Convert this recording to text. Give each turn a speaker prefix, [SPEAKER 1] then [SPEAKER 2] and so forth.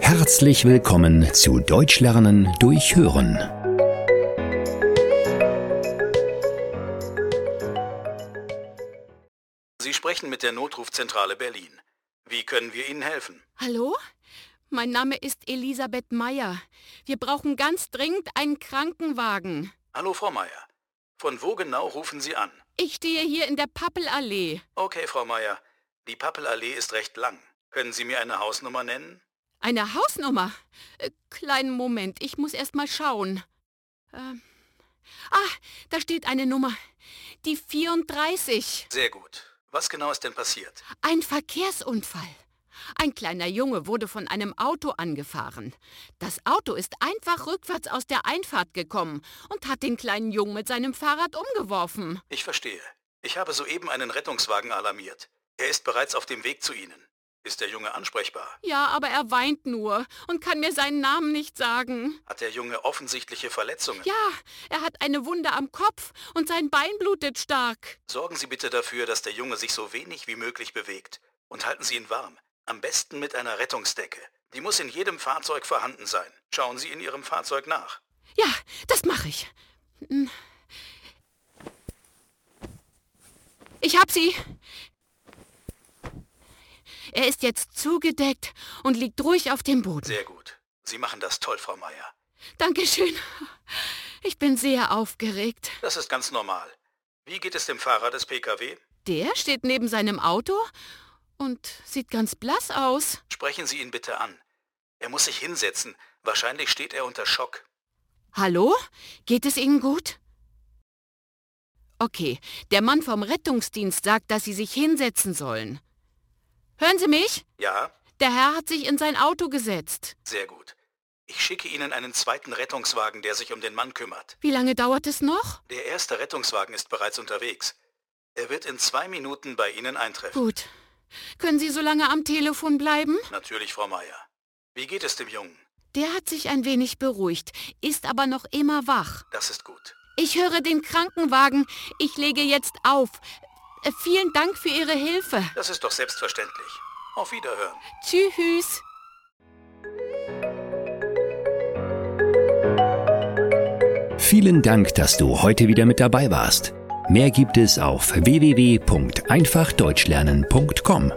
[SPEAKER 1] Herzlich willkommen zu Deutsch lernen durch Hören.
[SPEAKER 2] Sie sprechen mit der Notrufzentrale Berlin. Wie können wir Ihnen helfen?
[SPEAKER 3] Hallo? Mein Name ist Elisabeth Meyer. Wir brauchen ganz dringend einen Krankenwagen.
[SPEAKER 2] Hallo, Frau Meier. Von wo genau rufen Sie an?
[SPEAKER 3] Ich stehe hier in der Pappelallee.
[SPEAKER 2] Okay, Frau Meier. Die Pappelallee ist recht lang. Können Sie mir eine Hausnummer nennen?
[SPEAKER 3] Eine Hausnummer? Äh, kleinen Moment, ich muss erst mal schauen. Ähm, ah, da steht eine Nummer. Die 34.
[SPEAKER 2] Sehr gut. Was genau ist denn passiert?
[SPEAKER 3] Ein Verkehrsunfall. Ein kleiner Junge wurde von einem Auto angefahren. Das Auto ist einfach rückwärts aus der Einfahrt gekommen und hat den kleinen Jungen mit seinem Fahrrad umgeworfen.
[SPEAKER 2] Ich verstehe. Ich habe soeben einen Rettungswagen alarmiert. Er ist bereits auf dem Weg zu Ihnen. Ist der Junge ansprechbar?
[SPEAKER 3] Ja, aber er weint nur und kann mir seinen Namen nicht sagen.
[SPEAKER 2] Hat der Junge offensichtliche Verletzungen?
[SPEAKER 3] Ja, er hat eine Wunde am Kopf und sein Bein blutet stark.
[SPEAKER 2] Sorgen Sie bitte dafür, dass der Junge sich so wenig wie möglich bewegt. Und halten Sie ihn warm. Am besten mit einer Rettungsdecke. Die muss in jedem Fahrzeug vorhanden sein. Schauen Sie in Ihrem Fahrzeug nach.
[SPEAKER 3] Ja, das mache ich. Hm. Ich hab sie. Er ist jetzt zugedeckt und liegt ruhig auf dem Boden.
[SPEAKER 2] Sehr gut. Sie machen das toll, Frau Meier.
[SPEAKER 3] Dankeschön. Ich bin sehr aufgeregt.
[SPEAKER 2] Das ist ganz normal. Wie geht es dem Fahrer des Pkw?
[SPEAKER 3] Der steht neben seinem Auto und sieht ganz blass aus.
[SPEAKER 2] Sprechen Sie ihn bitte an. Er muss sich hinsetzen. Wahrscheinlich steht er unter Schock.
[SPEAKER 3] Hallo? Geht es Ihnen gut? Okay, der Mann vom Rettungsdienst sagt, dass Sie sich hinsetzen sollen. Hören Sie mich?
[SPEAKER 2] Ja,
[SPEAKER 3] Der Herr hat sich in sein Auto gesetzt.
[SPEAKER 2] sehr gut. Ich schicke Ihnen einen zweiten Rettungswagen, der sich um den Mann kümmert.
[SPEAKER 3] Wie lange dauert es noch?
[SPEAKER 2] Der erste Rettungswagen ist bereits unterwegs. Er wird in zwei Minuten bei Ihnen eintreffen.
[SPEAKER 3] Gut. Können Sie so lange am Telefon bleiben?
[SPEAKER 2] Natürlich, Frau Meier. Wie geht es dem Jungen?
[SPEAKER 3] Der hat sich ein wenig beruhigt, ist aber noch immer wach.
[SPEAKER 2] Das ist gut.
[SPEAKER 3] Ich höre den Krankenwagen. Ich lege jetzt auf. Äh, Vielen Dank für Ihre Hilfe.
[SPEAKER 2] Das ist doch selbstverständlich. Auf Wiederhören.
[SPEAKER 3] Tschüss.
[SPEAKER 1] Vielen Dank, dass du heute wieder mit dabei warst. Mehr gibt es auf www.einfachdeutschlernen.com.